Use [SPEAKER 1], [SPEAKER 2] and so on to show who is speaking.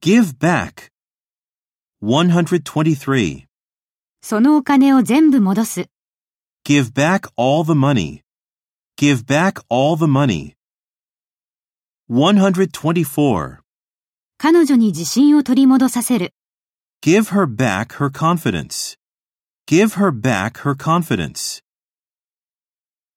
[SPEAKER 1] Give back. 123.
[SPEAKER 2] そのお金を全部戻す。
[SPEAKER 1] Give back all the money. Give back all the money. 124.
[SPEAKER 2] 彼女に自信を取り戻させる。
[SPEAKER 1] Give her back her confidence. Give her back her confidence.